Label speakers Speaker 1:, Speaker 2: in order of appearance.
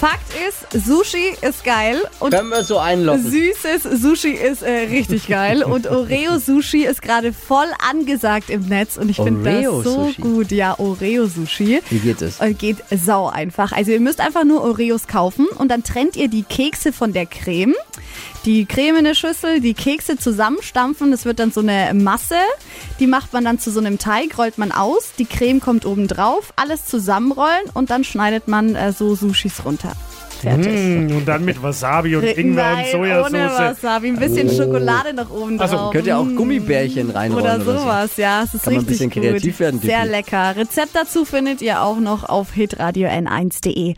Speaker 1: Fakt ist, Sushi ist geil und
Speaker 2: Können wir so einloggen?
Speaker 1: süßes Sushi ist äh, richtig geil und Oreo Sushi ist gerade voll angesagt im Netz und ich finde das so
Speaker 2: Oreo-Sushi?
Speaker 1: gut. Ja, Oreo Sushi.
Speaker 2: Wie geht es?
Speaker 1: Und geht sau einfach. Also ihr müsst einfach nur Oreos kaufen und dann trennt ihr die Kekse von der Creme. Die Creme in eine Schüssel, die Kekse zusammenstampfen, das wird dann so eine Masse. Die macht man dann zu so einem Teig, rollt man aus, die Creme kommt oben drauf, alles zusammenrollen und dann schneidet man äh, so Sushis runter. Fertig.
Speaker 3: Mm, und dann mit Wasabi und Ingwer
Speaker 1: Nein,
Speaker 3: und Sojasauce. Oh.
Speaker 1: ohne Wasabi, ein bisschen Schokolade noch oben drauf. Mm.
Speaker 3: Also,
Speaker 2: Könnt ihr auch Gummibärchen
Speaker 1: oder
Speaker 2: reinrollen oder, so?
Speaker 1: sowas, ja, es ist
Speaker 2: Kann man ein
Speaker 1: richtig
Speaker 2: bisschen kreativ
Speaker 1: gut.
Speaker 2: werden,
Speaker 1: Sehr
Speaker 2: Dippy.
Speaker 1: lecker. Rezept dazu findet ihr auch noch auf hitradio n1.de.